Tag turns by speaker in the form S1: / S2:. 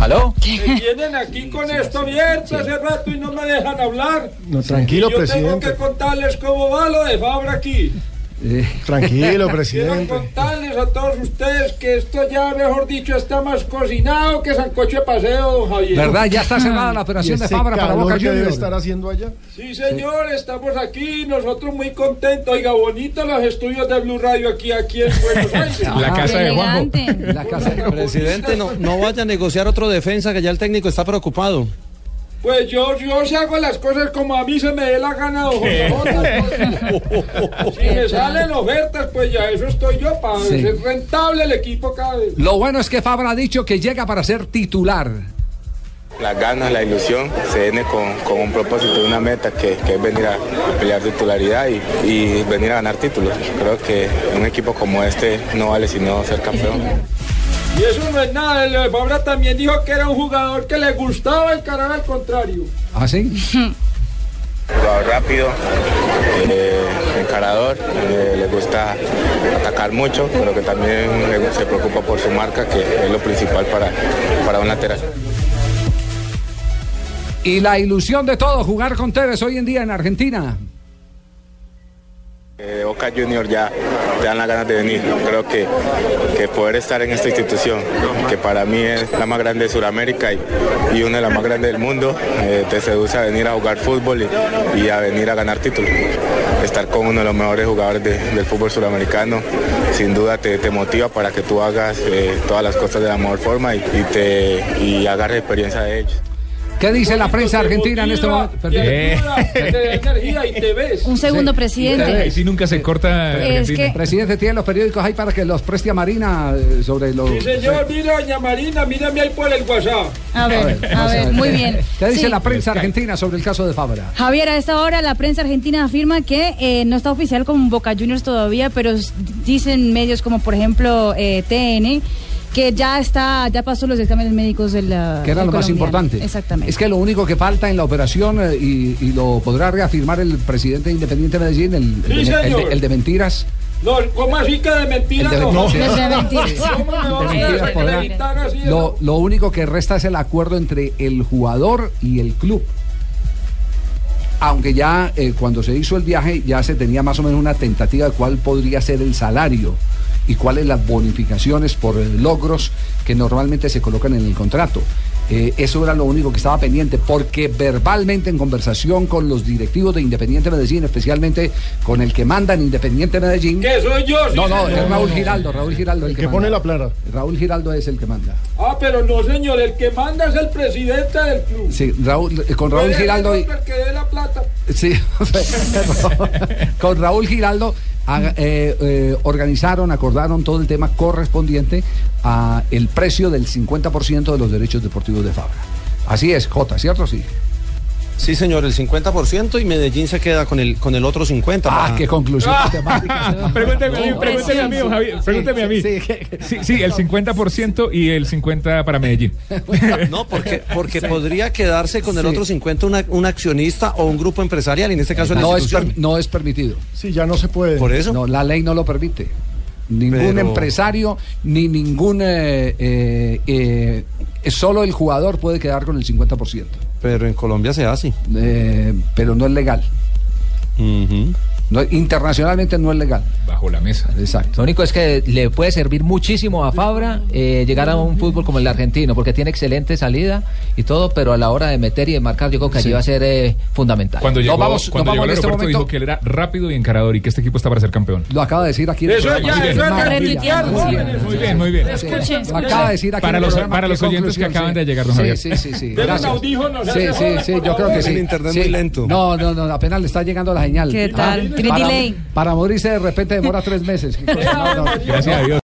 S1: ¿Aló?
S2: Me tienen aquí con esto abierto hace rato y no me dejan hablar.
S3: No, tranquilo,
S2: Yo tengo que
S3: presidente.
S2: contarles cómo va lo de Fabra aquí.
S3: Tranquilo,
S2: Quiero
S3: presidente.
S2: contarles a todos ustedes que esto ya, mejor dicho, está más cocinado que sancocho de paseo, don Javier.
S1: ¿Verdad? Ya está cerrada la
S3: Y
S1: operación de
S3: ese
S1: Fabra para
S3: calor
S1: Boca
S3: que debe estar
S1: Juniors.
S3: haciendo allá.
S2: Sí, señor, estamos aquí, nosotros muy contentos. Oiga, bonitos los estudios de Blue Radio aquí, aquí en Buenos Aires.
S1: Ah,
S4: La casa de Juanjo.
S5: Elegante.
S1: La casa de
S6: Presidente, Este, no, no vaya a negociar otro defensa, que ya el técnico está preocupado.
S2: Pues yo, yo se hago las cosas como a mí se me dé la gana, don Jorge. Si me salen ofertas, pues ya eso estoy yo para
S1: Sí.
S2: ser rentable el equipo cada vez.
S1: Lo bueno es que Fabra ha dicho que llega para ser titular.
S7: Las ganas, la ilusión se viene con, con un propósito, una meta que, que es venir a pelear titularidad y, y venir a ganar títulos. Creo que un equipo como este no vale sino ser campeón.
S2: Y eso no es nada. El de Fabra también dijo que era un jugador que le gustaba encarar al contrario.
S1: ¿Ah, sí?
S7: Jugador rápido, eh, encarador, eh, le gusta atacar mucho, pero que también le- se preocupa por su marca, que es lo principal para, para un lateral.
S1: Y la ilusión de todo, jugar con Tevez hoy en día en Argentina.
S7: Eh, Boca Junior ya te dan las ganas de venir. Creo que, que poder estar en esta institución, que para mí es la más grande de Sudamérica y, y una de las más grandes del mundo, eh, te seduce a venir a jugar fútbol y, y a venir a ganar títulos. Estar con uno de los mejores jugadores de- del fútbol sudamericano, sin duda te, te motiva para que tú hagas eh, todas las cosas de la mejor forma y, y te, y agarres experiencia de ellos.
S1: ¿Qué dice la prensa argentina en este momento?
S2: Y
S1: Perdón.
S2: el equipo da- te da energía y te ves.
S5: Un segundo, presidente.
S4: Ahí sí nunca se corta.
S5: Es
S4: Argentina.
S5: que
S1: Presidente, tiene los periódicos ahí para que los preste a Marina eh, sobre los...
S2: Sí, señor, mira, doña Marina, mírame ahí por el WhatsApp.
S5: A ver, a ver, muy bien.
S1: ¿Qué dice
S5: Sí.
S1: la prensa argentina sobre el caso de Fabra?
S5: Javier, a esta hora la prensa argentina afirma que eh, no está oficial con Boca Juniors todavía, pero s- dicen medios como por ejemplo eh, TN que ya está, ya pasó los exámenes médicos de la.
S1: Que era
S5: del
S1: lo más
S5: colombiano.
S1: importante.
S5: Exactamente.
S1: Es que lo único que falta en la operación, eh, y, y lo podrá reafirmar el presidente independiente de Medellín, el,
S2: Sí,
S1: el de, el de-
S2: señor.
S1: el de mentiras.
S2: No, ¿cómo así que de mentira
S1: El de
S2: no?
S1: mentira.
S5: No sea mentira.
S2: ¿Cómo me vas a
S1: De mentiras podrá.
S2: desacreditar así?
S1: Lo, lo único que resta es el acuerdo entre el jugador y el club. Aunque ya eh, cuando se hizo el viaje ya se tenía más o menos una tentativa de cuál podría ser el salario y cuáles las bonificaciones por eh, logros que normalmente se colocan en el contrato. Eh, eso era lo único que estaba pendiente, porque verbalmente en conversación con los directivos de Independiente Medellín, especialmente con el que manda en Independiente Medellín.
S2: Que soy yo, sí,
S1: No, no,
S2: señor.
S1: es Raúl Giraldo, Raúl Giraldo el,
S3: El
S1: que,
S3: que
S1: manda.
S3: pone la plata.
S1: Raúl Giraldo es el que manda.
S2: Ah, pero no, señor, el que manda es el presidente del club.
S1: Sí, Raúl, eh, con Raúl
S2: Pero
S1: Giraldo
S2: es
S1: y-
S2: El otro el que dé la plata.
S1: sí, con Raúl Giraldo haga- eh, eh, organizaron, acordaron todo el tema correspondiente a el precio del 50% de los derechos deportivos de Fabra. Así es, Jota, ¿cierto? Sí.
S6: Sí, señor, el 50% y Medellín se queda con el, con el otro 50%.
S1: Ah,
S6: para-
S1: qué conclusión matemática.
S4: Ah, Pregúnteme a mí, pregúnteme a mí, don Javier, pregúnteme a mí.
S1: Sí,
S4: Sí, sí, el 50% y el 50% para Medellín.
S6: No, porque, porque podría quedarse con el
S1: Sí.
S6: otro 50 una- un accionista o un grupo empresarial, y en este caso la
S1: No es,
S6: institución.
S1: per- no es permitido.
S3: Sí, ya no se puede.
S6: Por eso.
S1: No, la ley no lo permite. Ningún
S6: Pero-
S1: empresario ni ningún... eh, eh, eh, solo el jugador puede quedar con el 50%.
S6: Pero en Colombia se hace.
S1: Eh, pero no es legal.
S6: Ujú.
S1: No, internacionalmente no es legal.
S4: Bajo la mesa.
S1: Exacto.
S8: Lo único es que le puede servir muchísimo a Fabra eh, llegar a un fútbol como el argentino, porque tiene excelente salida y todo, pero a la hora de meter y de marcar, yo creo que allí
S1: Sí.
S8: va a ser eh, fundamental.
S4: Cuando
S1: No
S4: llegó,
S1: vamos- no
S4: cuando llegó
S1: vamos
S4: al
S1: en este
S4: aeropuerto
S1: momento.
S4: dijo que él era rápido y encarador y que este equipo está para ser campeón.
S1: Lo acaba de decir aquí. en el
S2: Eso
S1: programa.
S2: ya,
S4: Muy bien.
S2: eso es
S5: Retuitear,
S2: retuitear, jóvenes.
S4: Muy bien, muy bien.
S1: Sí,
S5: Escuchen,
S1: lo acaba de decir aquí
S4: Para
S1: en el
S4: los-
S1: programa.
S4: para los
S1: Qué
S4: oyentes que
S1: conclusión,
S4: acaban de llegar, don
S1: sí,
S4: Javier.
S1: Sí, sí, sí.
S2: Denle un
S1: gracias.
S2: audífono, se
S1: Sí,
S2: hace
S1: sí,
S2: joven,
S1: sí,
S2: por
S1: yo creo
S2: favor.
S1: que sí.
S6: El internet
S1: Sí.
S6: muy lento.
S1: No, no, no, apenas le está llegando la señal.
S5: ¿Qué tal? Tiene
S1: Para,
S5: delay.
S1: para morirse de repente demora tres meses. No, no.
S4: Gracias a Dios.